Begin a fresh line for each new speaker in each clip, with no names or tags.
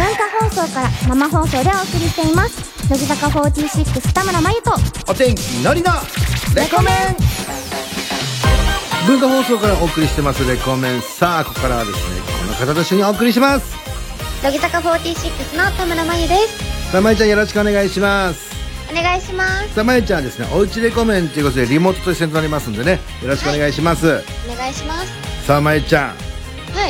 曜から生放送でお送りしています乃木坂46田村真由と
お天気のりのレコメン文化放送からお送りしてますレコメンさあここからはですねこの方と一緒にお送りします
乃木坂46の田村真由です
さあまゆちゃんよろしくお願いします
お願いします
さあまゆちゃんはですねおうちレコメンということでリモートと一緒になりますんでねよろしくお願いします、
お願いします
さあまゆちゃん
は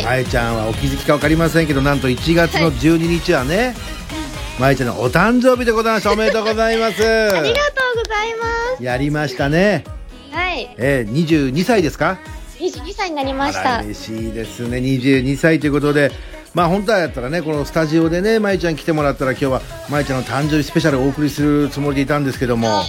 まゆちゃんはお気づきか分かりませんけどなんと1月の12日はね、まゆちゃんのお誕生日でございましたおめでとうございま す
ありがとうございま
やりましたね
すはい
えー、22歳ですか
22歳になりまし
あら
た
嬉しいですね22歳ということでまあ本当はやったらねこのスタジオでねまゆちゃん来てもらったら今日はまゆちゃんの誕生日スペシャルをお送りするつもりでいたんですけども、
はい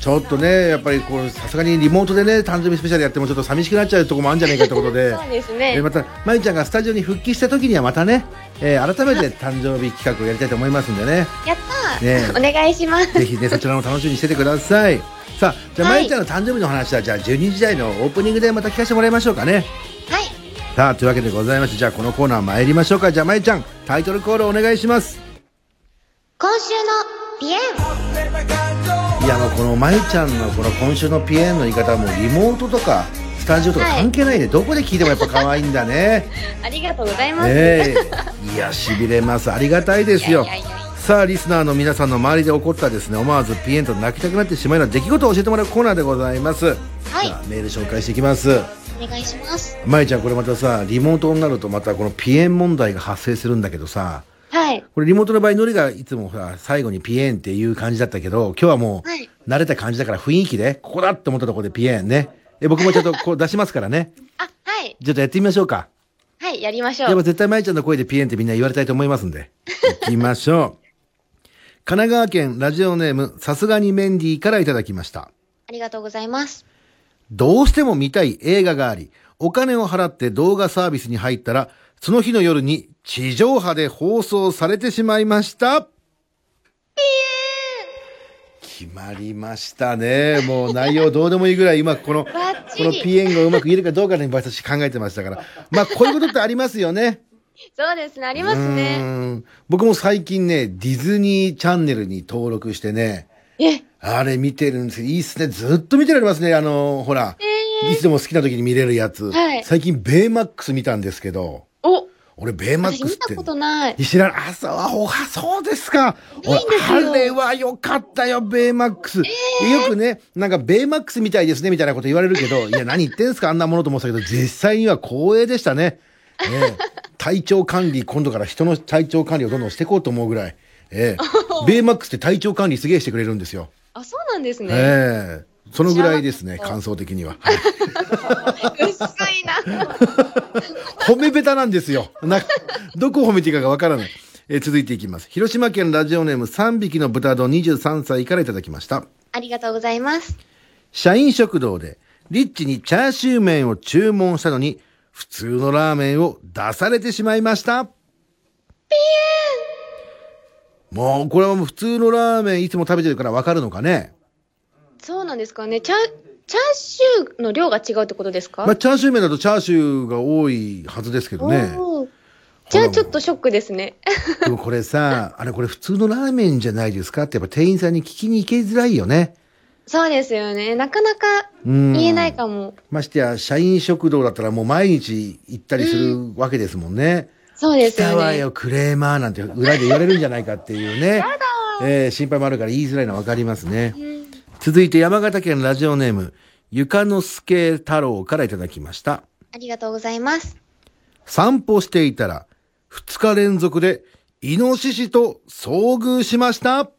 ちょっとねやっぱりこうさすがにリモートでね誕生日スペシャルやってもちょっと寂しくなっちゃうところもあるんじゃないかってことで
そうです
え
ね
ーまたまゆちゃんがスタジオに復帰した時にはまたね、えー改めて誕生日企画をやりたいと思いますんでね
やった
ね
ーお願いします
ぜひね、そちらも楽しみにしててください。さあ、じゃあ、
はい
まゆちゃんの誕生日の話は、じゃあ、12時台のオープニングでまた聞かせてもらいましょうかね。
はい
さあ、というわけでございまして、じゃあ、このコーナー参りましょうか。じゃあ、まゆちゃん、タイトルコールお願いします。
今週のピエン
いや、もう、このまゆちゃんの、この今週のピエンの言い方は、もう、リモートとか、スタジオとか
はい
関係ないで、どこで聞いてもやっぱ可愛いんだね。
ありがとうございます、
ねえ。いや、痺れます。ありがたいですよ
いやいやいや。
さあ、リスナーの皆さんの周りで起こったですね、思わずピエンと泣きたくなってしまうような出来事を教えてもらうコーナーでございます。
はい
じゃあメール紹介していきます。
お願いします
まいちゃん、これまたさ、リモートになるとまたこのピエン問題が発生するんだけどさ、
はい
これリモートの場合、ノリがいつもさ、最後にピエンっていう感じだったけど、今日はもう、
はい
慣れた感じだから雰囲気で、ここだって思ったところでピエンね。で僕もちょっとこう出しますからね。
あはい
ちょっとやってみましょうか。
はいやりまし
や
ょ
っぱ
う
絶対まいちゃんの声でピエンってみんな言われたいと思いますんで。行きましょう。神奈川県ラジオネーム、さすがにメンディーからいただきました。
ありがとうございます
どうしても見たい映画があり、お金を払って動画サービスに入ったら、その日の夜に地上波で放送されてしまいました。決まりましたね。もう内容どうでもいいぐらい、今この、こ
ッチリ
のピエンがうまく言えるかどうかに私考えてましたから。まあこういうことってありますよね。
そうですねあります
う
ね
ん僕も最近ね、ディズニーチャンネルに登録してね、
え
あれ見てるんですけど、いいっすね。ずっと見てられますね。あの、ほら、いつでも好きな時に見れるやつ。
はい
最近、ベイマックス見たんですけど、
お
俺、ベイマッ
私
クス
見
って
たことない。
知らない。あ、そう、あ、おは、そうですか。
ないんですよ
俺あれは良かったよ、ベイマックス。よくね、なんかベイマックスみたいですね、みたいなこと言われるけど、 いや、何言ってんすか、あんなものと思ってたけど、実際には光栄でし たね。ええ体調管理、今度から人の体調管理をどんどんしていこうと思うぐらい。ええ ベイマックスって体調管理すげえしてくれるんですよ。
あ、そうなんですね。
ええそのぐらいですね、
知らなか
感
っ
想的には。はい
薄いな。
褒め下手なんですよ。などこを褒めていいかがわからない。えー続いていきます。広島県ラジオネーム3匹の豚丼23歳からいただきました。
ありがとうございます。
社員食堂でリッチにチャーシュー麺を注文したのに、普通のラーメンを出されてしまいました。ピエンもうこれはもう普通のラーメンいつも食べてるからわかるのかね。
そうなんですかね。チャチャーシューの量が違うってことですか、
まあチャーシュー麺だとチャーシューが多いはずですけどね。
おーじゃあちょっとショックですね。
でもこれさ、あれこれ普通のラーメンじゃないですかってやっぱ店員さんに聞きに行けづらいよね。
そうですよね。なかなか
うん
言えないかも。
ましてや社員食堂だったらもう毎日行ったりするわけですもんね。
そうで
来
すよ
たわ
ね。
よ、クレーマーなんて裏で言われるんじゃないかっていうね。えー心配もあるから言いづらいのはわかりますね。続いて山形県ラジオネーム、ゆかのすけ太郎からいただきました。
ありがとうございます。
散歩していたら、二日連続で、イノシシと遭遇しました。ピ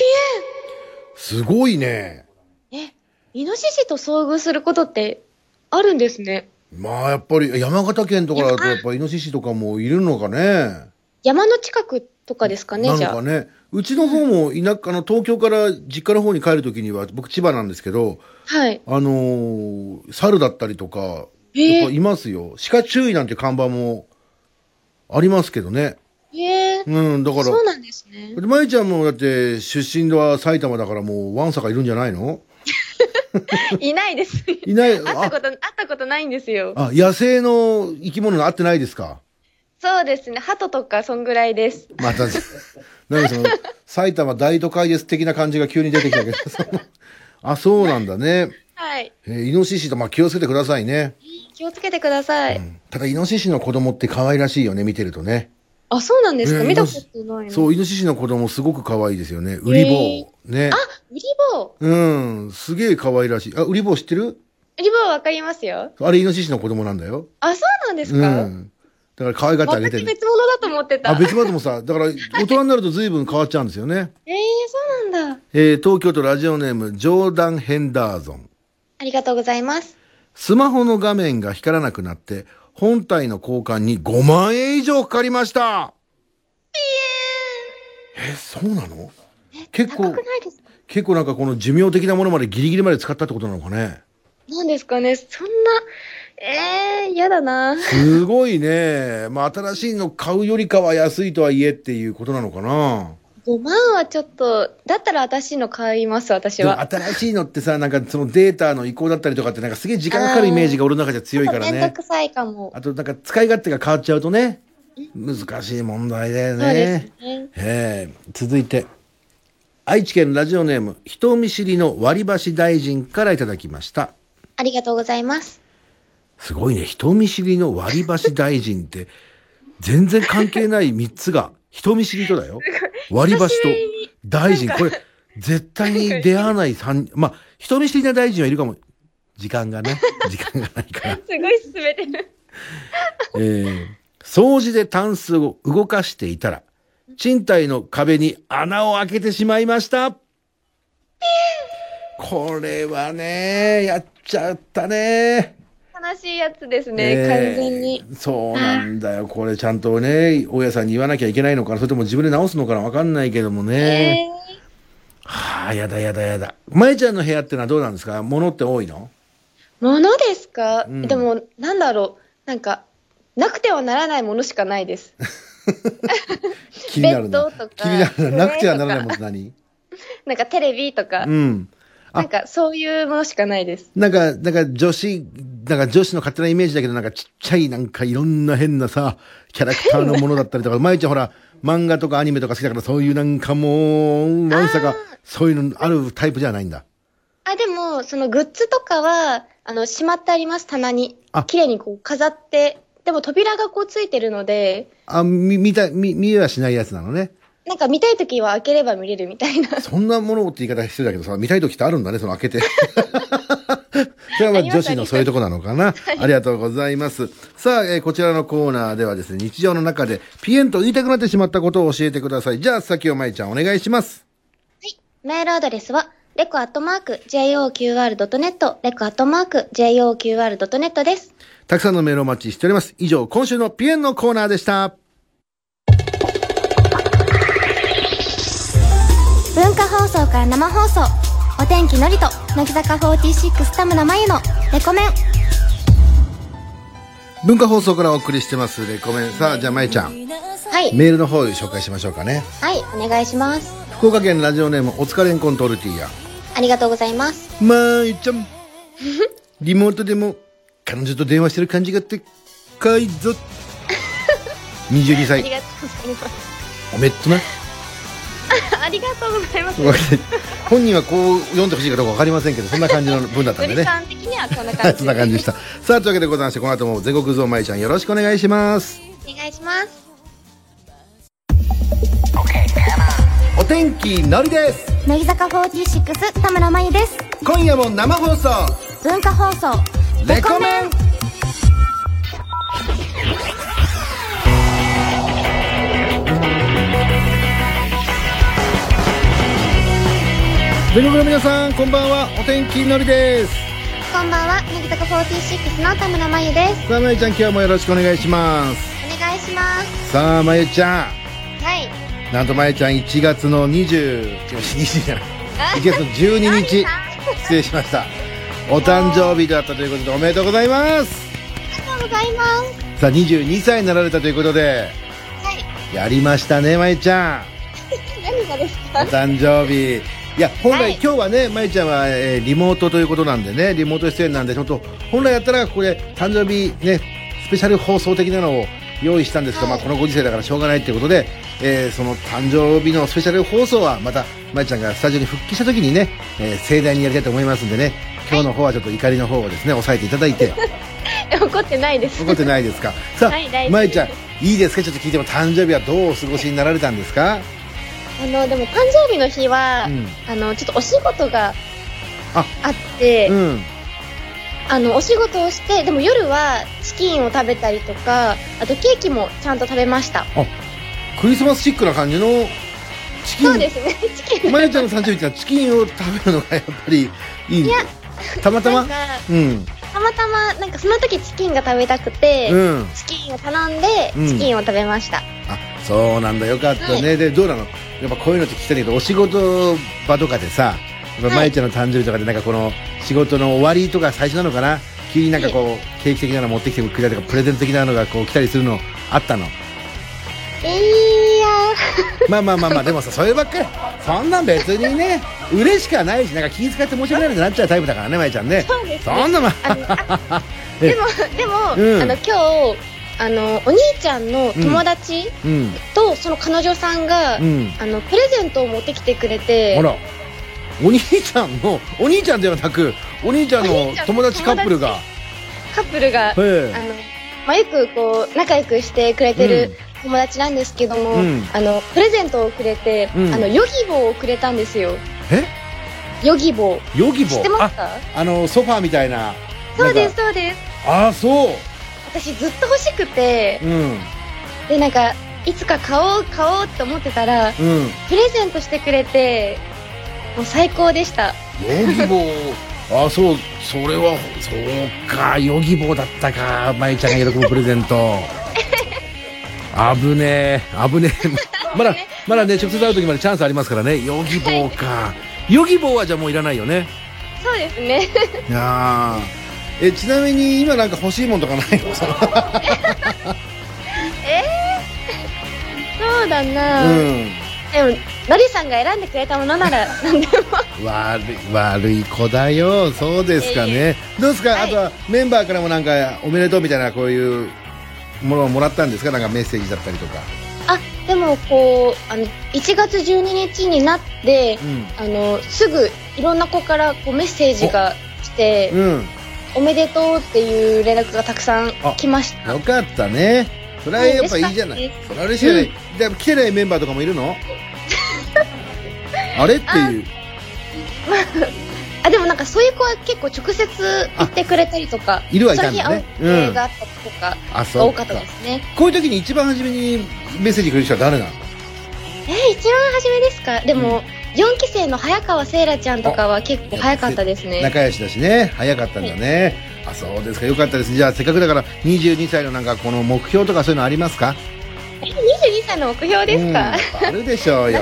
エンすごいね。
え、イノシシと遭遇することってあるんですね。
まあ、やっぱり、山形県とかだと、やっぱイノシシとかもいるのかね。
山の近くとかですかね、
なの
じゃ
か
あ。
ね。うちの方も、田舎、あの、東京から実家の方に帰るときには、僕千葉なんですけど、
はい。
あのー猿だったりとか、
え
やっぱいますよ。鹿注意なんて看板もありますけどね。
えー、
うん、だから、
そうなんです ね。
まゆちゃんもだって出身は埼玉だからもうワンサがいるんじゃないの
いないです。会っ
いない、
た
あ、
こと、会ったことないんですよ。
あ野生の生き物に会ってないですか
そうですね。鳩とか、そんぐらいです。
ま た、何その、埼玉大都会です的な感じが急に出てきたけど、 そのあ、そうなんだね。
はい。
えーイノシシと、まあ気をつけてくださいね。
気をつけてください。
ただ、イノシシの子供って可愛らしいよね、見てるとね。
あ、そうなんですか。
ね
見たことないな。
そう、イノシシの子供すごく可愛いですよね。ウリボウ。ね。
ウリボウ。
うん、すげえ可愛らしい。あ、ウリボウ知ってる
ウリボウわかりますよ。
あれ、イノシシの子供なんだよ。
あ、そうなんです
う
か。
ん。だから可愛がってあげて
私
る。
別物だと思ってた。
あ、
えー、
別バーもさ、だから大人になると随分変わっちゃうんですよね。
そうなんだ。
えー東京都ラジオネーム、ジョーダン・ヘンダーゾン。
ありがとうございます。
スマホの画面が光らなくなって、本体の交換に5万円以上かかりました。え、そうなの結
高
構
く、ないですか
結構なんかこの寿命的なものまでギリギリまで使ったってことなのかね。
なんですかね。そんな、ええー、嫌だな。
すごいね。まあ新しいの買うよりかは安いとはいえっていうことなのかな。
5万はちょっと、だったら私の買います、私
でも
は。
新しいのってさ、なんかそのデータの移行だったりとかってなんかすげえ時間かかるイメージが俺の中じゃ強いから
めんど
ね。
くさいかも。
あとなんか使い勝手が変わっちゃうとね、難しい問題だよ
そうです
ね。
ね。
ええ続いて、愛知県ラジオネーム、人見知りの割り箸大臣からいただきました。
ありがとうございます。
すごいね。人見知りの割り箸大臣って、全然関係ない3つが、人見知りとだよ。割り箸と大臣。これ、絶対に出会わない3、まあ、人見知りな大臣はいるかも。時間がね。時間がないから。
すごい進めてる。
えー掃除でタンスを動かしていたら、賃貸の壁に穴を開けてしまいました。これはね、やっちゃったね。
悲しいやつですね、
ええ
完全に。
そうなんだよ。これちゃんとね、大家さんに言わなきゃいけないのかな、それとも自分で直すのかな、わかんないけども
え
ね。
え
はあ、やだやだやだ。まえちゃんの部屋ってのはどうなんですか物って多いの
ものですか、
うん
でも、なんだろう。なんか、なくてはならないものしかない です。
気になるな
ベッドとか。
気になるな。なくてはならない
と
もんって何
なんかテレビとか、
うん。あ
なんかそういうものしかないです。
なんか、なんか女子、なんか女子の勝手なイメージだけど、なんかちっちゃいなんかいろんな変なさ、キャラクターのものだったりとか、まゆちゃんほら、漫画とかアニメとか好きだから、そういうなんかもう、まんさか、そういうのあるタイプじゃないんだ。
あ、でも、そのグッズとかは、あの、しまってあります、棚に
あ。
綺麗にこう飾って。でも扉がこうついてるので、
あ、み、見た、見、見えはしないやつなのね。
なんか見たいときは開ければ見れるみたいな。
そんなものって言い方してるだけどさ、見たい時ってあるんだね、その開けて。 それはまあ
あります
女子のそういうとこなのかな。ありがとうございます。さあ、えーこちらのコーナーではですね、日常の中でピエンと言いたくなってしまったことを教えてください。じゃあ、先をまいちゃんお願いします。
メールアドレスは、レコアットマーク、joqr.net、レコアットマーク、joqr.net です。
たくさんのメールをお待ちしております。以上、今週のピエンのコーナーでした。
文化放送から生放送お天気のりと乃木坂46田村真由のレコメン
文化放送からお送りしてます。レコメン。さあ、じゃあ、まいちゃ
は
ん、
い。
メールの方を紹介しましょうかね。
はい、お願いします。
福岡県ラジオネーム、お疲れんこんトルティーヤ。
ありがとうございます。
まーちゃんリモートでも彼女と電話してる感じがでっかいぞ22
あり
歳
がとうございます。
おめっとな
ありがとうございます。
本人はこう読んでほしいかどうか分かりませんけどそんな感じの文だったんで
鳥
ね
さん的にはこんな感じ。
そんな感じでしたさあというわけでございましてこの後も全国像まいちゃんよろしくお願いします
お願いします。
お天気のりです
乃木坂46田村真由です
今夜も生放送
文化放送
レコメン全国の皆さんこんばんはお天気のりです
こんばんは乃木坂46の田村真由です
さあまゆちゃん今日もよろしくお願いします
お願いします
さあまゆちゃん
はい。
なんとまゆちゃん1月の20 20じゃない1月の12日失礼しましたお誕生日だったということでおめでとうございます
ありがとうございます
さあ22歳になられたということで
は
やりましたねまゆちゃん
い何がです
お
か
誕生日いや本来、
はい
今日はねまゆちゃんは、えーリモートということなんでねリモート出演なんでちょっと本来だったらここで誕生日ねスペシャル放送的なのを用意したんですが、
はい
まあ、このご時世だからしょうがないということで、えーその誕生日のスペシャル放送はまたまゆちゃんがスタジオに復帰した時にね、えー盛大にやりたいと思いますんでね今日の方はちょっと怒りの方をですね抑えていただ いて
怒ってないです。
怒ってないですかさあ、
はい大丈夫
まゆちゃんいいですかちょっと聞いても誕生日はどうお過ごしになられたんですか、
あの、でも誕生日の日は、
うん
あの、ちょっとお仕事が
あ
あって、
うん
あの、お仕事をして、でも夜はチキンを食べたりとか、あとケーキもちゃんと食べました。
クリスマスチックな感じのチキン
そうですね、 チキン。
まゆちゃんの誕生日ってのはチキンを食べるのがやっぱりいい
いや
たまた
な
ま
んか、
うん
たまたま、なんかその時チキンが食べたくて、
うん
チキンを頼んで
うん、
チキンを食べました。
あそうなんだよかったね、
は
でどうなのやっぱこういうのって聞きたいけどお仕事場とかでさやっぱ
は
ま
い
ゆちゃんの誕生日とかでなんかこの仕事の終わりとか最初なのかな急になんかこう定期的なの持ってきてくれたりとかプレゼント的なのがこう来たりするのあったの
いや
まあまあまあまあでもさそればっかりそんなん別にね嬉しくはないしなんか気遣って申し訳ないってなっちゃうタイプだからねまゆちゃんね
そうですね
そんなま
あのあ でも、でも、
うん
あの、今日、あの、お兄ちゃんの友達
うん
と、その彼女さんが、
うん
あの、プレゼントを持ってきてくれて、
あらお兄ちゃんのお兄ちゃんではなくお兄ちゃん
お
の
兄ちゃん
友達カップルが
カップルが、
え
あの、まあ、よくこう、仲良くしてくれてる友達なんですけども、
うん
あの、プレゼントをくれて、
うん
あの、ヨギボーをくれたんですよ。
ええ
ヨギボー。
ヨギ
知
ボ
って
ー
ます
あ
か
あのソファーみたいな
そうで
なん
す、
か
そうです。
ああそう
私ずっと欲しくて、
うん
で、なんか、いつか買おう、買おうって思ってたら、
うん
プレゼントしてくれて、もう最高でした。
ヨギボー ああそうそれはそうかヨギボーだったかまゆちゃんが喜ぶプレゼン ト危ねえ危ね えまだまだね直接会う時までチャンスありますからねヨギボーかヨギボーはじゃあもういらないよね
そうですね。
いやーえちなみに今なんか欲しいもんとかないのその
そうだな、
う
でも、のりさんが選んでくれたものな ら、なんでも。
ん悪い悪い子だよそうですか
いえい
ねどうですか、
はい
あとはメンバーからもなんかおめでとうみたいなこういうものをもらったんですかなんかメッセージだったりとか
あ、でもこう、あの、1月12日になって、
うん
あの、すぐいろんな子からこうメッセージが来て、
うん
おめでとうっていう連絡がたくさん来ました。
よかったねそれはやっぱいいじゃな
嬉し
い、
かったです
それは嬉しいよね、でも来てないメンバーとかもい るのあれっていう
あ、でもなんかそういう子は結構直接言ってくれたりとか、
いるはいたんだね
その日会う予定があった子とか
あ
が
そ
多
う
かったですね。
こういう時に一番初めにメッセージくれる人は誰なの
えー、一番初めですかでも、4期生の早川せいらちゃんとかは結構早かったですね。
仲良しだしね早かったんだね、あそうですかよかったですじゃあせっかくだから22歳のなんかこの目標とかそういうのありますか
22歳の目標ですか、
うんあるでしょ うよ、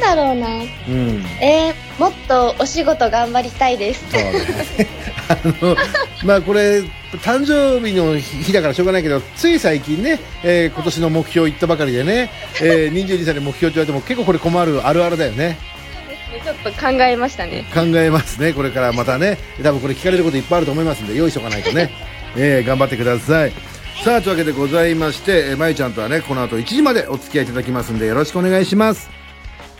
なんだろうな。
うん、
えー、もっとお仕事頑張りたいです。
そうねあのまあこれ誕生日の日だからしょうがないけどつい最近ね、えー今年の目標言ったばかりでね、えー22歳で目標って言われても結構これ困るあるあるだよね
ちょっと考えましたね。
考えますねこれからまたね多分これ聞かれることいっぱいあると思いますんで用意しとかないとね、えー頑張ってくださいさあというわけでございまして、えーまゆちゃんとはねこの後1時までお付き合いいただきますんでよろしくお願いします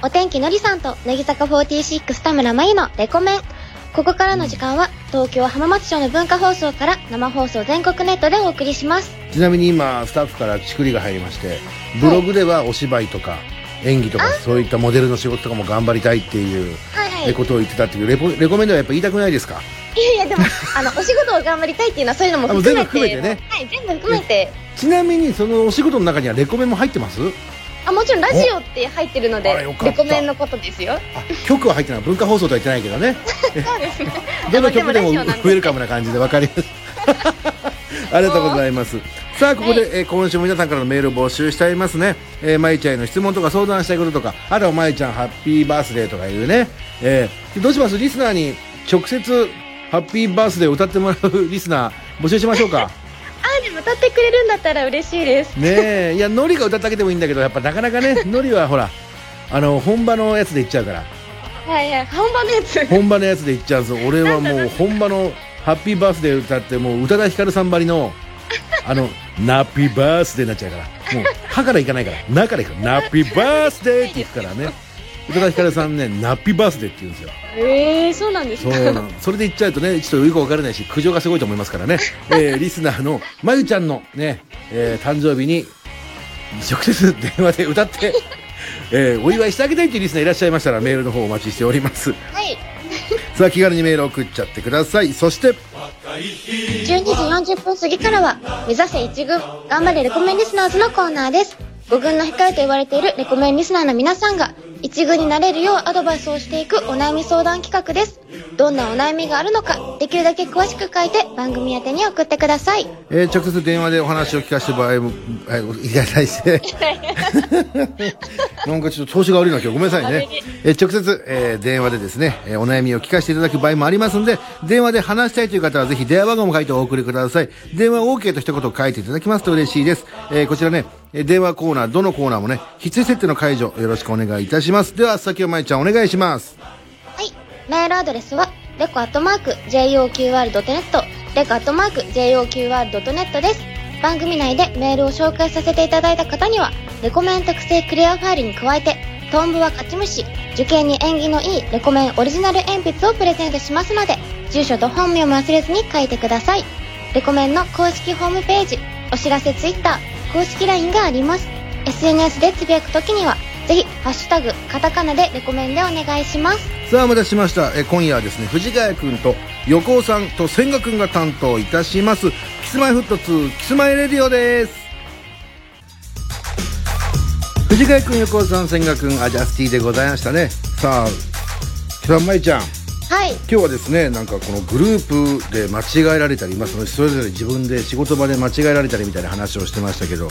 お天気のりさんと、乃木坂46田村真由のレコメン。ここからの時間は、東京浜松町の文化放送から生放送全国ネットでお送りします。
ちなみに今スタッフからちくりが入りましてブログではお芝居とか演技とかそういったモデルの仕事とかも頑張りたいっていう
はいは
えことを言ってたっていうレポレコメンドはやっぱ言いたくないですか
いやいや、で も、あの、お仕事を頑張りたいっていうのはそういうのも含めて。
あもう全部含めてね
はい、全部含めて。
ちなみにそのお仕事の中にはレコメンも入ってます
あ、もちろんラジオって入ってるの
おあら
で
よか、った
レコメンのことですよ。
あ局は入ってない文化放送とは言ってないけどね
そうですね。
どの曲で
も
もウ
でもラジオなんで
ェルカムな感じで分かります。 ありがとうございます。さあ、ここで、えー今週も皆さんからのメールを募集していますね。えー、まゆちゃんへの質問とか相談したいこととか、あとはまゆちゃんハッピーバースデーとかいうね。えーどうしますリスナーに直接ハッピーバースデーを歌ってもらうリスナー募集しましょ うか。
あ、でも歌ってくれるんだったら嬉しいです。
ねえ、いや、ノリが歌っただけでもいいんだけど、やっぱなかなかね、ノリはほら、あの、本場のやつで行っちゃうから。
はいはい、本場のやつ。
本場のやつで行っちゃうんですよ俺はもう本場のハッピーバースデー歌ってもう宇多田ヒカルさんばりのあの、ナッピーバースデーになっちゃうから、もう、歯からいかないから、中からいくから、ナッピーバースデーって言くからね。宇多田ヒカルさんね、ナッピーバースデーって言うんですよ。
えー、そうなんです
そ
か。
うなの。それで言っちゃうとね、ちょっとよくわからないし、苦情がすごいと思いますからね。えー、リスナーの、まゆちゃんのね、えー、誕生日に、直接電話で歌って、えー、お祝いしてあげたいっていうリスナーいらっしゃいましたら、メールの方お待ちしております。
はい。
さあ、気軽にメールを送っちゃってください。そして、
12時40分過ぎからは、目指せ一軍、頑張れレコメンリスナーズのコーナーです。5軍の控えと言われているレコメンリスナーの皆さんが、一軍になれるようアドバイスをしていくお悩み相談企画です。どんなお悩みがあるのか、できるだけ詳しく書いて番組宛てに送ってください。
えー直接電話でお話を聞かせて場合も、えー、いただいて、なんかちょっと調子が悪いな今日ごめんなさいね。えー直接、えー電話でですね、えーお悩みを聞かせていただく場合もありますんで、電話で話したいという方はぜひ電話番号も書いてお送りください。電話 OK と一言書いていただきますと嬉しいです。えーこちらね、えー電話コーナー、どのコーナーもね、必須設定の解除よろしくお願いいたします。では、先をまいちゃんお願いします。
はい。メールアドレスは、レコアットマーク、JOQR.net、レコアットマーク、JOQR.net です。番組内でメールを紹介させていただいた方には、レコメン特製クリアファイルに加えて、トンボは勝ち虫、受験に縁起のいいレコメンオリジナル鉛筆をプレゼントしますので、住所と本名も忘れずに書いてください。レコメンの公式ホームページ、お知らせツイッター、公式 LINE があります。SNS でつぶやくときには、ぜひ、ハッシュタグ、カタカナでレコメンでお願いします。
さあお待たせしましたえー今夜はですね藤ヶ谷君と横尾さんと千賀君が担当いたしますキスマイフット2キスマイレディオです藤ヶ谷君横尾さん千賀君アジャスティでございましたねさあさあまいちゃん
はい。
今日はですねなんかこのグループで間違えられたり、まあ、そのそれぞれ自分で仕事場で間違えられたりみたいな話をしてましたけど、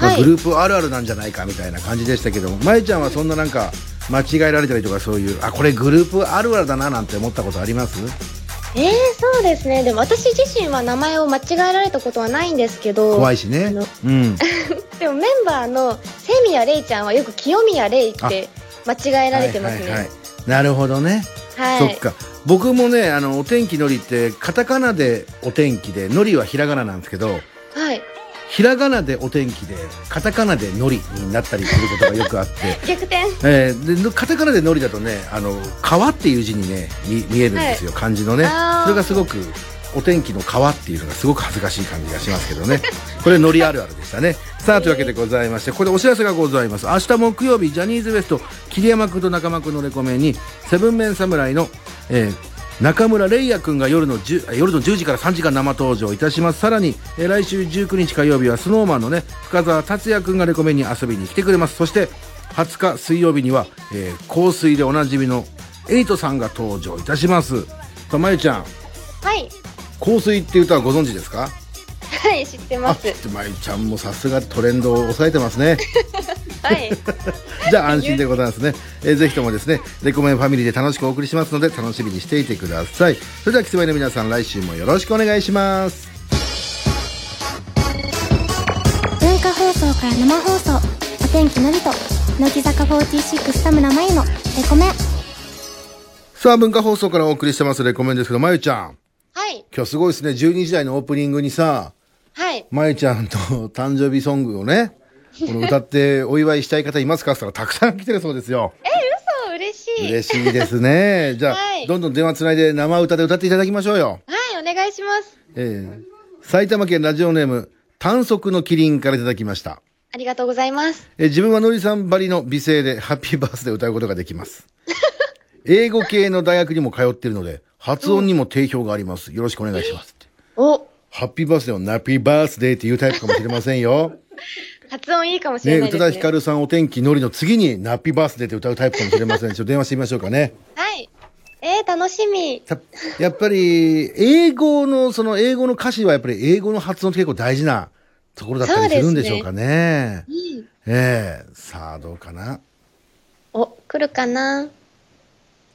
まあ
はい
グループあるあるなんじゃないかみたいな感じでしたけどもまゆちゃんはそんななんか間違えられたりとかそういうあこれグループあるあるだななんて思ったことあります
えー、そうですね。でも私自身は名前を間違えられたことはないんですけど、
怖いしね
あの
うん
でもメンバーのセミヤレイちゃんはよく清宮レイって間違えられてますね。
は
はいい
はいはい、なるほどね、そっか僕もねあのお天気のりってカタカナでお天気でのりはひらがななんですけど
はい。
ひらがなでお天気でカタカナでのりになったりすることがよくあって
逆転。
えーでカタカナでのりだとねあの川っていう字にね見見えるんですよ、漢字のね
あー
それがすごくお天気の川っていうのがすごく恥ずかしい感じがしますけどね これのりあるあるでしたねさあというわけでございましてここでお知らせがございます明日木曜日ジャニーズ WEST 桐山君と中間君のレコメンにセブンメン侍の、えー中村玲也君が夜の ,10 夜の10時から3時間生登場いたしますさらに、えー来週19日火曜日は SnowMan のね深澤達也君がレコメンに遊びに来てくれますそして20日水曜日には、えー香水でおなじみのエイトさんが登場いたしますさあまゆちゃん
はい。
香水っていう歌はご存知ですか
はい、知って
あ
ます。
っまゆちゃんもさすがトレンドを抑えてま すね
はい。
じゃあ安心でございますね、えーぜひともですねレコメンファミリーで楽しくお送りしますので楽しみにしていてくださいそれではキスマイの皆さん来週もよろしくお願いします
文化放送から生放送お天気のりと乃木坂46田村真由のレコメン
さあ、文化放送からお送りしてますレコメンですけど、まゆちゃん。
はい。
今日すごいですね。12時台のオープニングにさ、
はい。
まゆちゃんと誕生日ソングをね、この歌ってお祝いしたい方いますかって言ったらたくさん来てるそうですよ。
え、嘘嬉しい。
嬉しいですね。じゃあ、
はい
どんどん電話つないで生歌で歌っていただきましょうよ。
はい、お願いします。
えー、埼玉県ラジオネーム、短足のキリンからいただきました。
ありがとうございます。
えー自分はのりさんばりの美声でハッピーバースデーを歌うことがで きます。英語系の大学にも通っているので、発音にも定評があります。よろしくお願いします。
お、
ハッピーバースデーをナッピーバースデーっていうタイプかもしれません よ。
発音いいかもし
ね、
れな
宇
い
多
です
田
ね。
ヒカルさんお天気のりの次にナッピーバースデーって歌うタイプかもしれません。ちょっと電話してみましょうかね。
はい。えー、楽しみ。
たやっぱり、英語の、その英語の歌詞はやっぱり英語の発音って結構大事なところだったりするんでしょうかね。ええさあどうかな。
お、来るかな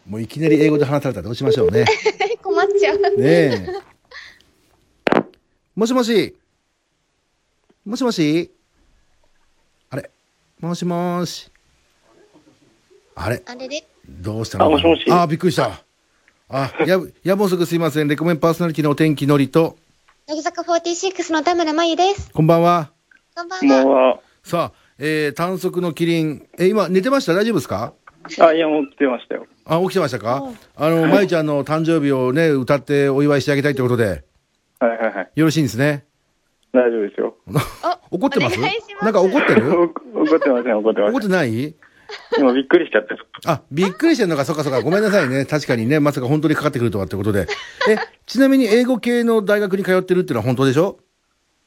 もういきなり英語で話されたらどうしましょうね。
困っちゃう。
ねえ。もしもし。もしもし。あれ。もしもし。あれ。
あれで
どうしたの
あもしもし
あ、びっくりした。あ、や、やぼうすぐすいません。レコメンパーソナリティのお天気のりと、
乃木坂46の田村真由です。
こんばんは。
こんば
こ
ん
んばん
は。
は。
さあ、えー、短足のキリン。えー、今、寝てました大丈夫ですか
あ、いや、もう来てましたよ。
あ、起きてましたかあの、まゆちゃんの誕生日をね、歌ってお祝いしてあげたいってことで、
はいはいはい。
よろしいんですね。
大丈夫ですよ。
お
怒ってます
お願いします
なんか怒ってる
お怒ってません、怒ってま
怒っ
せ
てない
ん。今びっくりしちゃって。
あ、びっくりしてんのか、そっかそっか。ごめんなさいね。確かにね、まさか本当にかかってくるとはってことで。え、ちなみに英語系の大学に通ってるっていうのは本当でしょ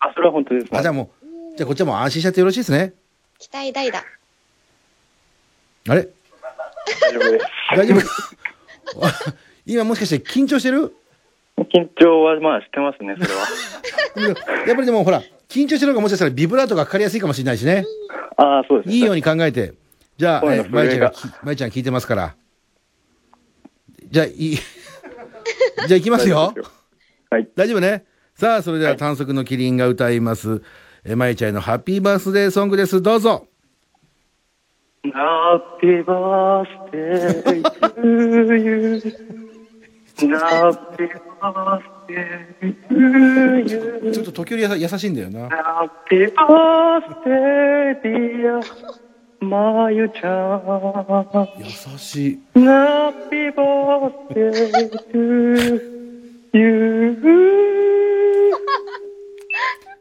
あ、それは本当です
あ、じゃあ
ね。
もう、じゃあこっちはもう安心しちゃってよろしいですね。
期待大だ。
あれ
大丈夫です。
大丈夫 あ今もしかして緊張してる
緊張はまあしてますね、それは。
やっぱりでもほら、緊張してる方がもしかしたらビブラートがかかりやすいかもしれないしね。
ああ、そうですね。
いいように考えて。じゃあ、
そう
え
な
ー
ん
まゆちゃんが
そ
き、まゆちゃん聞いてますから。じゃあ、いい。 じゃあ行きますよ。
はい。
大丈夫ね。さあ、それでは
はい
短足のキリンが歌います。えー、まゆちゃんのハッピーバースデーソングです。どうぞ。
ハッピーバースデー to you. ハッピーバースデー to you.
ちょっと時折やさ優しいんだよな。
Happy birthday, dear まゆちゃん。
優しい。
Happy birthday to you.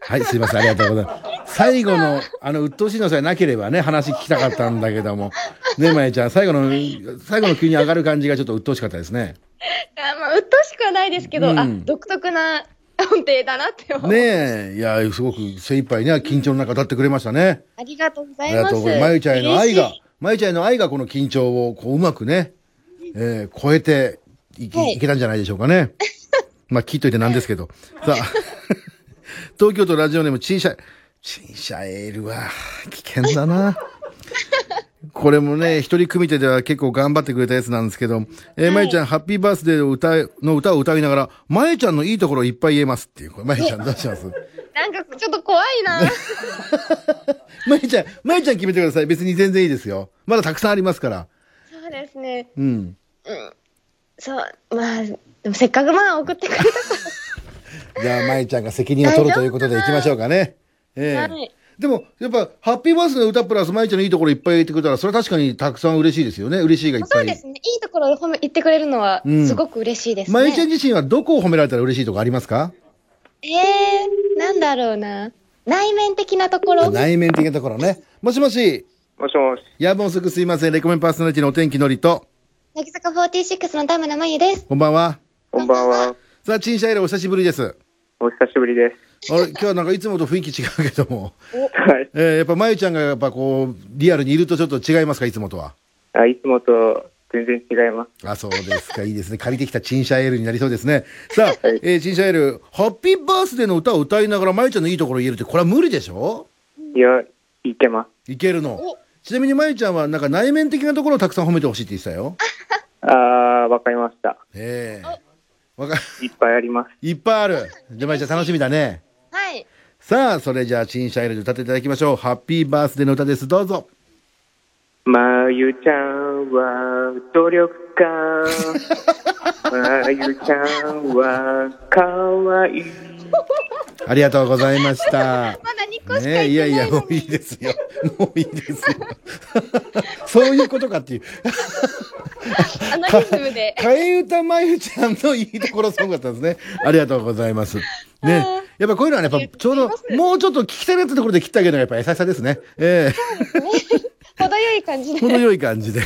はい、すいません。ありがとうございます。最後の、あの、鬱陶しいのさえなければね、話聞きたかったんだけども。ねえ、まゆちゃん、最後の、最後の急に上がる感じがちょっと鬱陶しかったですね。
あまあ、鬱陶しくはないですけど、
うん
あ、独特な音程だなって思う。
ねえ、いや、すごく精一杯ね、緊張の中歌ってくれましたね。
ありがとうござ
あ
い
りが
ま
と
す。
うございます。まゆちゃんへの愛が
嬉しい、
まゆちゃんへの愛がこの緊張をこううまくね、えー超えていき、
はい
い、けたんじゃないでしょうかね。 まあ、聞いといてなんですけど。さあ、東京都ラジオネーム小さい、小さいエールは危険だな。これもね、一人組手では結構頑張ってくれたやつなんですけど、えーまゆちゃん、ハッピーバースデーを歌えの歌を歌いながら、まゆちゃんのいいところをいっぱい言えますっていう。これまゆちゃんどうします
なんかちょっと怖いな。
まゆちゃん、まゆちゃん決めてください。別に全然いいですよ。まだたくさんありますから。
そうですね。
うん。
そう、まあ、でもせっかくまあ送ってくれたか
じゃあ、まゆちゃんが責任を取るということでいきましょうか ね。ええ
はい
でも、やっぱ、ハッピーバースデーの歌プラス、まゆちゃんのいいところいっぱい言ってくれたら、それは確かにたくさん嬉しいですよね。嬉しいがいっ
ら。
ぱ
そう
い。
ですね。いいところを褒め言ってくれるのは、
うん
すごく嬉しいですね。
まゆちゃん自身はどこを褒められたら嬉しいとかありますか
えー、なんだろうな。内面的なところ。
内面的なところね。もしもし、
もしもし。
やぶ遅くすいません。レコメンパーソナリティのお天気のりと、
乃木坂46の田村真由です。
こんばんは。
こんばんは。
さあ、陳謝エールお久しぶりです。
お久しぶりです。
あれ、今日はなんかいつもと雰囲気違うけども。
はい。
えーやっぱまゆちゃんがやっぱこうリアルにいるとちょっと違いますかいつもとは
あ、いつもと全然違います。
あそうです かいいですね借りてきたチンシャエールになりそうですねさあ、
はい
えーチンシャエールハッピーバースデーの歌を歌いながらまゆちゃんのいいところ言えるってこれは無理でしょ
いや、いけます。
いけるのちなみにまゆちゃんはなんか内面的なところをたくさん褒めてほしいって言ってたよ
あー、わかりました。
ええわか
いっぱいあります。
いっぱいあるじゃあまゆちゃん楽しみだね
はい。
さあそれじゃあチンシャエールで歌っていただきましょうハッピーバースデーの歌ですどうぞ
まゆちゃんは努力家。まゆちゃんはかわいい。
ありがとうございました。
まだ2個しか
ねえいやいや、
言
も
ってないのに
ういいですよ。もういいですよ。そういうことかっていう。
あのリズムで。
替え歌まゆちゃんのいいところすごかったですね。ありがとうございます。ね。やっぱこういうのはねやっぱちょうど、もうちょっと聞きたいってところで切ってあげるのがやっぱ優しさですね。え
程よい感じ
え
で。
程よい感じで。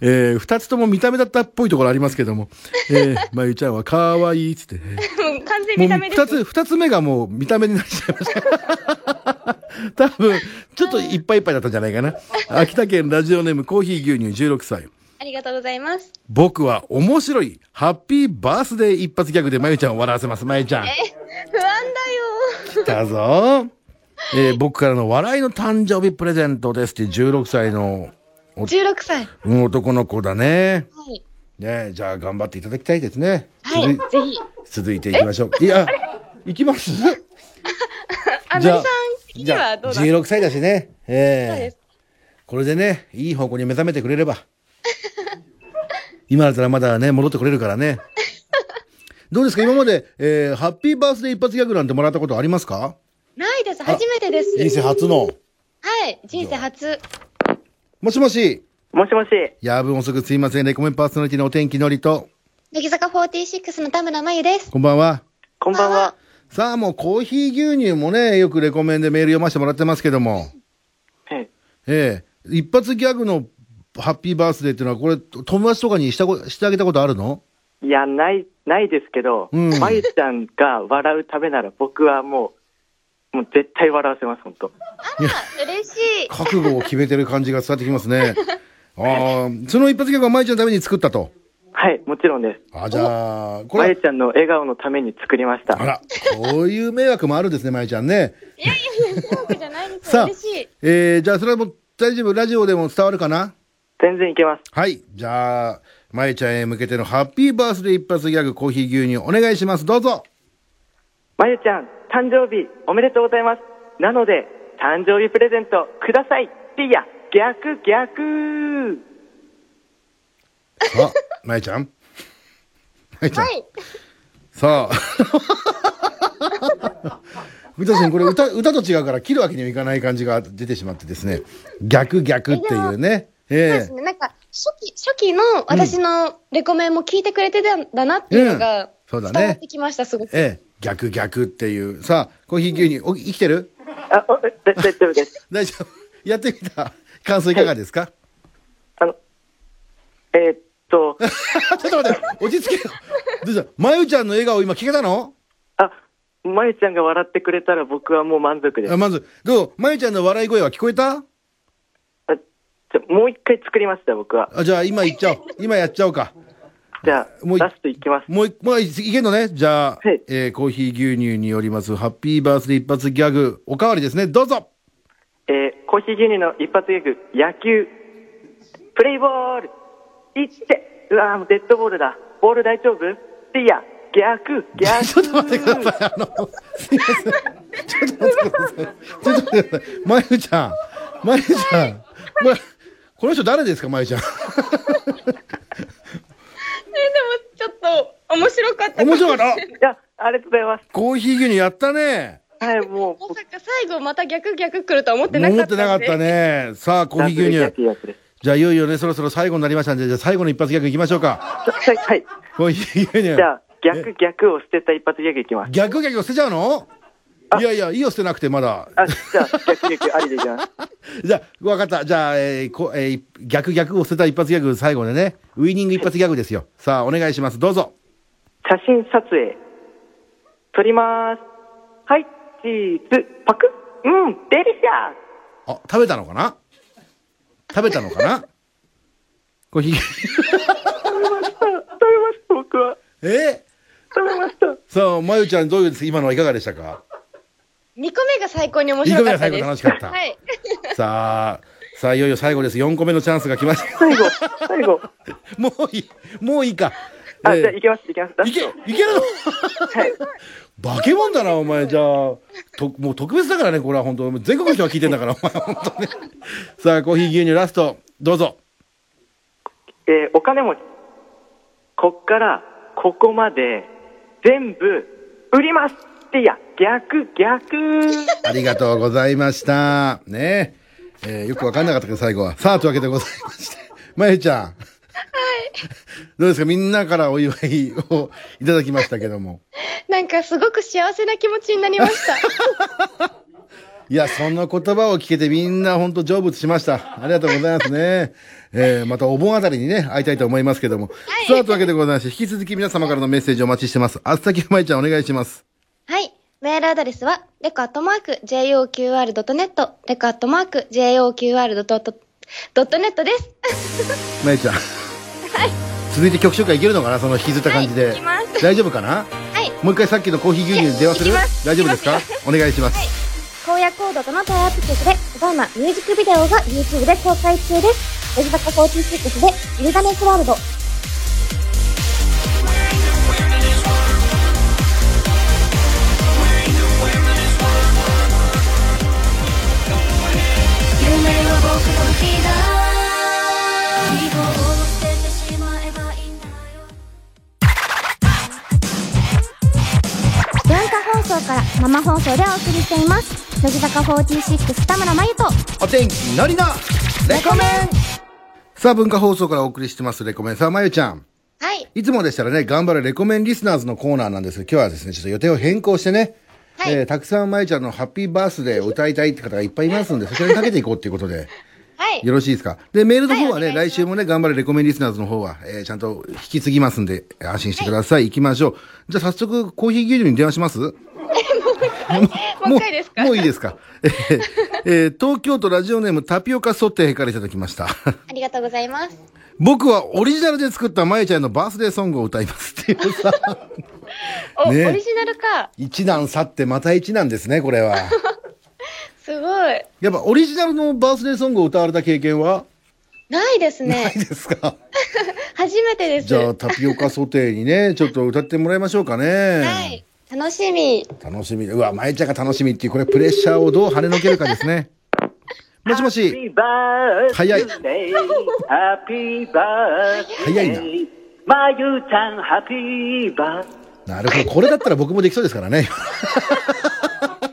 えー、二つとも見た目だったっぽいところありますけども。えー、まゆちゃんは可愛いっつってね。
もう完全
も
見
う
た目です
二。つ、二つ目がもう見た目になっちゃいました。 多分、ちょっといっぱいいっぱいだったんじゃないかな。秋田県ラジオネームコーヒー牛乳16歳。
ありがとうございます。
僕は面白い、ハッピーバースデー一発ギャグでまゆちゃんを笑わせます。まゆちゃん。
不安だよ。
来たぞ。えー僕からの笑いの誕生日プレゼントですっていう16歳のお
16歳。
うん男の子だね。
はい。
ねじゃあ頑張っていただきたいですね。
はい。
続い
ぜひ。
続いていきましょう。いや、行きます
あのり
じ
さ
ゃあ
ん的にはどうだ
じゃあ16歳だしね。
そうで
ええ
す
これでね、いい方向に目覚めてくれれば。今だったらまだね、戻ってくれるからね。どうですか今まで、えー、ハッピーバースデー一発ギャグなんてもらったことありますか
ないです。初めてです。
人生初の。
はい。人生初。
もしもし。
もしもし。
夜分遅くすいません。レコメンパーソナリティのお天気のりと、
乃木坂46の田村真由です。
こんばんは。
こんばんは。
さあもうコーヒー牛乳もね、よくレコメンでメール読ませてもらってますけども、
え
ええ一発ギャグのハッピーバースデーっていうのは、これ、友達とかにしたこしてあげたことあるの
えいや、ない、ないですけど、
うん
まゆちゃんが笑うためなら僕はもう、もう絶対笑わせます、本当。
嬉しい。
覚悟を決めてる感じが伝わってきますね。ああ、その一発ギャグはまいちゃんのために作ったと。
はい、もちろんです。
あ、じゃあ、こ
まゆ
れ、
ちゃんの笑顔のために作りまし
あ
た。
ら、こういう迷惑もあるんですね、まいちゃんね。
いやいやいや、そうじゃないです
さあ
嬉しい。
ええじゃあそれも大丈夫、ラジオでも伝わるかな
全然いけます。
はい、じゃあ、まいちゃんへ向けてのハッピーバースデー一発ギャグコーヒー牛乳お願いします。どうぞ。
まゆちゃん、誕生日おめでとうございます。なので、誕生日プレゼントください。いや、逆、逆。
さあ、まゆちゃん。まゆちゃん。
はい。
さあ。 みたしん、これ歌、歌と違うから切るわけにはいかない感じが出てしまってですね。逆逆っていうね。
そうで
え
すね。なんか、初期、初期の私のレコメンも聞いてくれてたんだなっていうの
うん
が、
そうだね
伝わってきました、すご
え
く。
ええ逆逆っていう。さあ、コーヒー牛乳、お生きてる
あ、おえだ大丈夫です。
大丈夫。 やってみた。 感想いかがです か、
あの、えーっと、
ちょっと待って、落ち着けよ。 どうしたまゆちゃんの笑顔今聞けたの
あ、まゆちゃんが笑ってくれたら僕はもう満足です
あ。まず、どうまゆちゃんの笑い声は聞こえた
あちょもう一回作りました、僕は。
あじゃあ今いっちゃおう。 今やっちゃおうか。
じゃあ、
もうい
ラストいきます。
もうい、もういいけんのねじゃあ、
はい
えーコーヒー牛乳によります、ハッピーバースデー一発ギャグ、おかわりですね。どうぞ
えー、コーヒー牛乳の一発ギャグ、野球。プレイボール。いって。うわーもうデッドボールだ。ボール大丈夫いや、逆、逆。
ちょっと待ってください。あの、すいません。ちょっと待ってください。ちょっと待ってください。まゆちゃん。まゆちゃん。ま、この人誰ですか、まゆ ちゃん。
でも、ちょっと、面白かった
面白かっ
いや、ありがとうございま
た。コーヒー牛乳やったね。
す。はい、もう、
まさか最後また逆逆来るとは思ってなか
思
ったんで
ってなかったね。さあ、コーヒー
ダ
牛
ブル
乳。
逆です。
じゃあ、いよいよね、そろそろ最後になりましたんで、じゃあ最後の一発ギャグいきましょうか。
はい、はい。
コーヒー牛乳。
じゃあ、逆、逆を捨てた一発ギャグいきます。
逆逆を捨てちゃうのいやいや、いいよ捨てなくてまだ。
あ、じゃあ、逆、逆ありでいきます。
じゃあ、わかった。じゃあ、えーこえー逆逆を捨てた一発ギャグ最後でね、ウィニング一発ギャグですよ。さあ、お願いします。どうぞ。
写真撮影。撮ります。はい、チーズ、パクッうん、デリシャ
あ、食べたのかな食べたのかなコーヒー、
ー食べました、僕は。
え
食べました。
ー、さあ、まゆちゃん、どういうです今のはいかがでしたか
2個目が最高に面白かったです。
二個目が最高に楽しかった
はい。
さあ、さあ、いよいよ最後です。4個目のチャンスが来ました。
最後、最後。
もういい、もういいか。
あ、
えー
じゃあ、いきます、いきます。ラ
い
ス
け、
ト
いけるの
はい。
化け物だな、お前。じゃあ、と、もう特別だからね、これは本当全国の人が聞いてんだから、お前、本当ね。 さあ、コーヒー牛乳ラスト、どうぞ。
えーお金持ち。こっから、ここまで、全部、売ります。いや、逆、逆。
ありがとうございました。ねえ。えーよくわかんなかったけど、最後は。さあ、というわけでございまして。まゆちゃん。はい。 どうですかみんなからお祝いをいただきましたけども。
なんかすごく幸せな気持ちになりました。
いや、その言葉を聞けてみんな本当成仏しました。ありがとうございますね。えー、またお盆あたりにね、会いたいと思いますけども。さあ、というわけでございまして、引き続き皆様からのメッセージお待ちしてます。あっさきふまいちゃんお願いします。
はい。メールアドレスは、レコアットマーク、JOQR.net、レコアットマーク、JOQR.net です。
まゆちゃん。続いて曲紹介いけるのかなその引きずった感じで。
はいいきます
大丈夫かな
はい。
もう一回さっきのコーヒー牛乳に電話する
いやいきます
大丈夫ですかお願いします。
荒野コードとのタイアップ曲で、ドラマ、ミュージックビデオが YouTube で公開中です。乃木坂46で、イルダネスワールド。夢を僕の左を捨ててしまえばいいんだよ。しています乃木坂46田村真由と
お天気のりのレコメンさあ、文化放送からお送りしてます、レコメン。さあ、まゆちゃん。
はい。
いつもでしたらね、頑張るレコメンリスナーズのコーナーなんですけど、今日はですね、ちょっと予定を変更してね、
はい
えーたくさんまゆちゃんのハッピーバースデーを歌いたいって方がいっぱいいますんで、そちらにかけていこうっていうことで、
はい。
よろしいですか。で、メールの方はね、
はいお願いします
来週もね、頑張るレコメンリスナーズの方は、えーちゃんと引き継ぎますんで、安心してください。行きましょう。じゃあ早速、コーヒー牛乳に電話します
もう一回ですか
もういいですか。えーえー東京都ラジオネームタピオカソテーからいただきました。
ありがとうございます。
僕はオリジナルで作ったまゆちゃんのバースデーソングを歌いますっていうさ。
お、
ね
オリジナルか。
一難去ってまた一難ですね、これは。
すごい。
やっぱオリジナルのバースデーソングを歌われた経験は
ないです
ない
ね。
ですか、
初めてです。
じゃあタピオカソテーにね、ちょっと歌ってもらいましょうかね。
はい。楽しみ。
楽しみ。うわ、まゆちゃんが楽しみっていう、これプレッシャーをどう跳ねのけるかですね。もしもし、
Happy birthday
早い
Happy birthday
早いな
まゆちゃん Happy birthday
なるほど。これだったら僕もできそうですからね。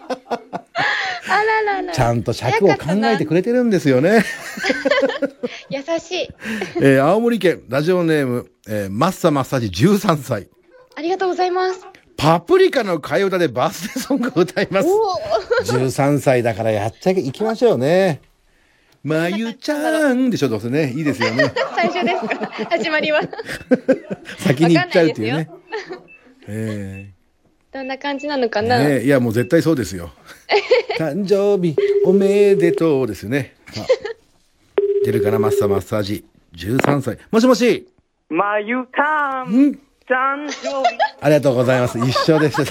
あららら。
ちゃんと尺を考えてくれてるんですよね。
優しい。
えー青森県、ラジオネーム、えーマッサマッサージ13歳。
ありがとうございます。
パプリカの替え歌でバースデーソングを歌います。
おお。
13歳だからやっちゃい行きましょうね。まゆちゃんでしょ、どうせ ね。いいですよね。
最初です か。始まりは。
先に行っちゃうっていう
わ
ね
か。
え
どんな感じなのか
ー
な。
ねいや、もう絶対そうです よ。誕生日おめでとうですよね。あ出るかな、マッサマッサージ。13歳。もしもし
まゆたん、
ん
誕生日。
ありがとうご ざいます。一緒でした。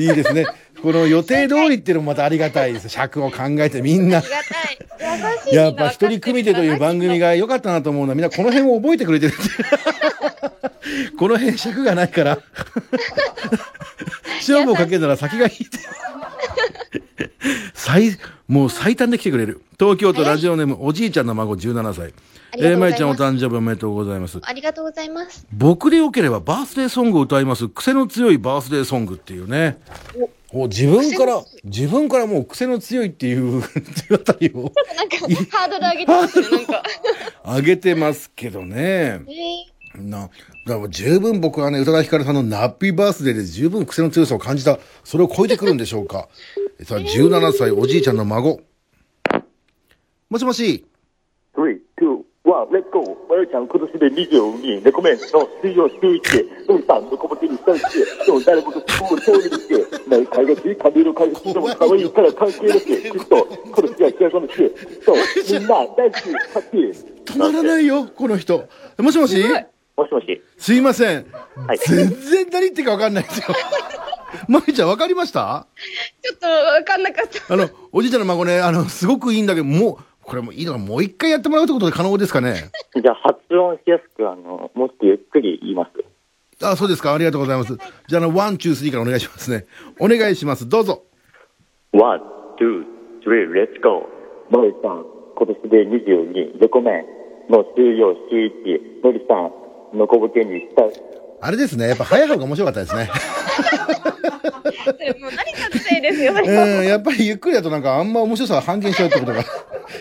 いいですね。この予定通りっていうのもまたありがたいです。尺を考えてみんな
あり。がたい。優しい。
やっぱ一人組手という番組。が良かったなと思うのはみんなこの辺を覚えてくれてるっていうこの辺尺がな いから。勝負をかけたら先がいいって。最、もう最短で来てくれる。東京都ラジオネームおじいちゃんの孫17歳。
ありが
え
と
ー、
うござ
ま
いま
ゆ
す
ちゃんお誕生日おめでとうございます。
ありがとうございます。
僕でよければバースデーソングを歌います癖の強いバースデーソングっていうねお自分から自分からもう癖の強いっていう あたりを
なんかハードル上げてますね。 なんか。
上げてますけどね
えー
なだから十分僕はね宇多田ヒカルさんの「ナッピーバースデー」で十分癖の強さを感じたそれを超えてくるんでしょうかさあ17歳おじいちゃんの孫もしもし
Three, two, one, let's go. 我要讲今年で25人、レコメンの水曜週一で、ノリさんの小餅に対して、今日誰もとスクール通りにして、内海がし、髪色変えて、でも可愛いから関係なく、きっと、今年は幸せにして、そう、みんな大好き、ハッピー。
止まらないよこの人もしもし
もしもし。
すいません、
はい
全然何言ってるか分かんないですよ まゆちゃん分かりました
ちょっとわかんなかった。
あの、おじいちゃんの孫ね、あの、すごくいいんだけど、もう、これもういいのかもう一回やってもらうってことで可能ですかね。
じゃあ発音しやすく、あの、もっとゆっくり言います。
あ、そうですか。ありがとうございます。じゃあ、あの、ワン、ツー、スリーからお願いしますね。お願いします。どうぞ。
One, two, three, let's go. ノリさん、今年で22、レコメンの終了、週1、ノリさん、のこぼけにしたい。
あれですね。やっぱ早い方が面白かったですね。
それもう何かのせい ですよ。それ
うん。やっぱりゆっくりだとなんかあんま面白さが半減しちゃうってことが。やっ ぱ、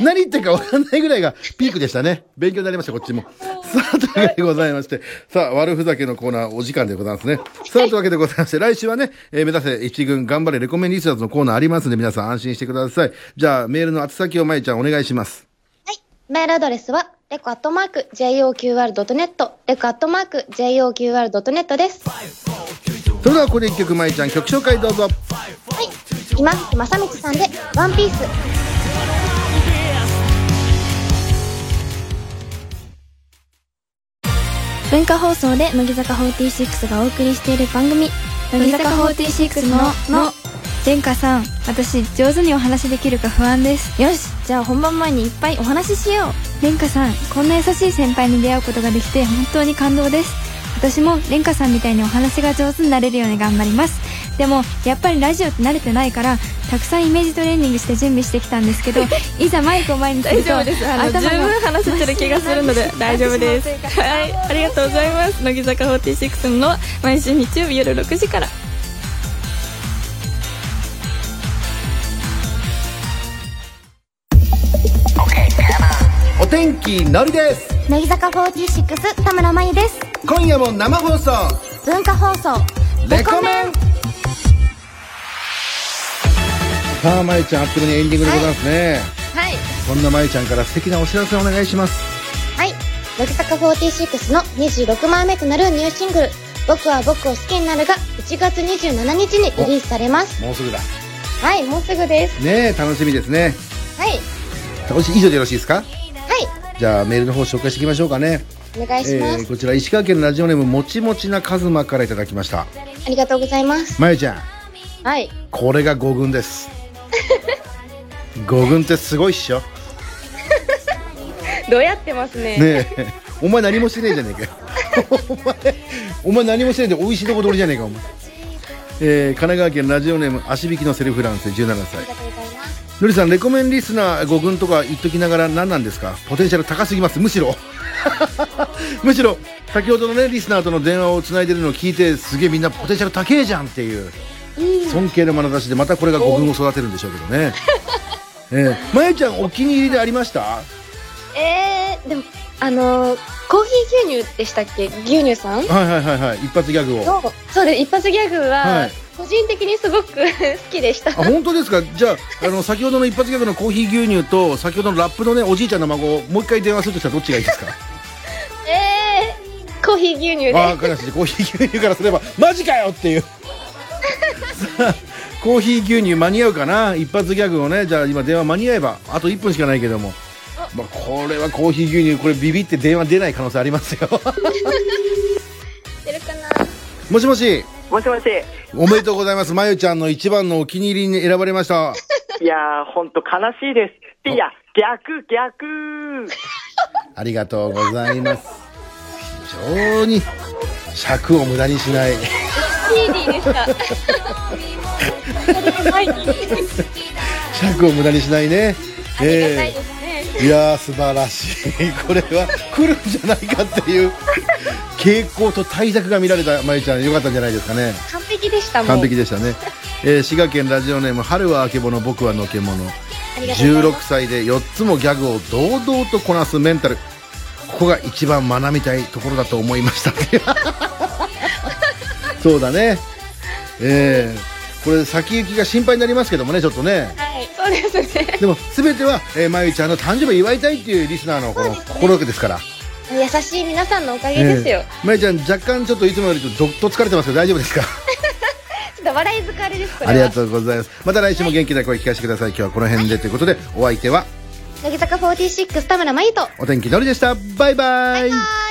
何言ってるかわかんないぐらいがピークでしたね。勉強になりました、こっちも。さあ、というわけでございまして。さあ、悪ふざけのコーナーお時間でございますね。さあ、というわけでございまして、来週はね、えー目指せ一軍頑張れレコメンリスナーズのコーナーありますんで、皆さん安心してください。じゃあ、メールの宛先をまゆちゃんお願いします。
メールアドレスは、レコアットマーク、JOQR.net、レコアットマーク、JOQR.net です。は
それでは、ここで一曲まゆちゃん曲紹介どうぞ。
い。今福正道さんで、ワンピース。
文化放送で乃木坂46がお送りしている番組
乃木坂46のの殿下さん私上手にお話できるか不安です
よしじゃあ本番前にいっぱいお話ししよ
殿下さんこんな優しい先輩に出会うことができて本当に感動です私も殿下さんみたいにお話が上手になれるように頑張りますでもやっぱりラジオって慣れてないからたくさんイメージトレーニングして準備してきたんです けどいざマイクを前にすると
大丈夫です。あの十分話せてる気がす るので 大丈夫です。はい、ありがとうございます。乃木坂46の毎週日曜日夜6時から。
天気のりです
乃木坂46田村真由です
今夜も生放送
文化放送
レコメンさあまゆちゃんあっという間にエンディングでございますね、
はい
そんなまゆちゃんから素敵なお知らせをお願いします
はい乃木坂46の26枚目となるニューシングル「僕は僕を好きになる」が1月27日にリリースされます
もうすぐだ
はいもうすぐです
ねえ楽しみですね
はい
楽しい以上でよろしいですか
は
じゃあメールの方紹介していきましょうかね
いお願いします、
えーこちら石川県のラジオネームもちもちなかずまからいただきました
ありがとうございます
まゆちゃん
はい
これが五軍です五軍ってすごいっしょ
どうやってます
ね
ね
えお前何もしてねえじゃねえかよ お前お前何もしてねえで美味しいとこ取りじゃねえかお前えー神奈川県ラジオネーム足引きのセルフランス17歳のりさんレコメンリスナー5軍とか言っときながら何なんですかポテンシャル高すぎますむしろ むしろ先ほどのねリスナーとの電話をつないでるのを聞いてすげえみんなポテンシャル高えじゃんっていう尊敬の眼差しでまたこれが5軍を育てるんでしょうけどねえーまゆちゃんお気に入りでありました
えー、でもあのーコーヒー牛乳でしたっけ牛乳さん
はいはいはいはい一発ギャグを
のそうです一発ギャグ
は
はい個人的にすごく 好きでした
あ本当ですかじゃああの先ほどの一発ギャグのコーヒー牛乳と先ほどのラップのねおじいちゃんの孫をもう一回電話するとしたらどっちがいいですか
えー、コーヒー牛乳で
ああ彼氏コーヒー牛乳からすればマジかよって いうさあコーヒー牛乳間に合うかな一発ギャグをねじゃあ今電話間に合えばあと1分しかないけども、まあ、これはコーヒー牛乳これビビって電話出ない可能性ありますよ
出るかな
もしもし
もしもし。
おめでとうございますまゆちゃんの一番のお気に入りに選ばれました
いやー、ほんと悲しいです。いや、逆、逆。
ありがとうございます。非常に尺を無駄にしない。
スピーディーでした
尺を無駄にしないね。
な
え
いですね
えいやー素晴らしいこれは来るんじゃないかっていう傾向と対策が見られたまゆちゃんよかったんじゃないですかね
完璧でしたもん
完璧でしたね、えー滋賀県ラジオネーム春はあけぼの僕はのけもの16歳で4つもギャグを堂々とこなすメンタルここが一番学びたいところだと思いま したそうだねえーこれ先行きが心配になりますけどもねちょっとね
はいそうですね
でも全ては、えー、まゆちゃんの誕生日を祝いたいっていうリスナーのこの心がけですから
優しい皆さんのおかげですよ、
えーまゆちゃん若干ちょっといつもよりとどっと疲れてますけど大丈夫ですか
ちょっと笑い疲れですこれは
ありがとうございます。また来週も元気な声聞かせてください。今日はこの辺でということで、お相手は
乃木坂46田村真由と
お天気のりでした。バイバイ。
バイ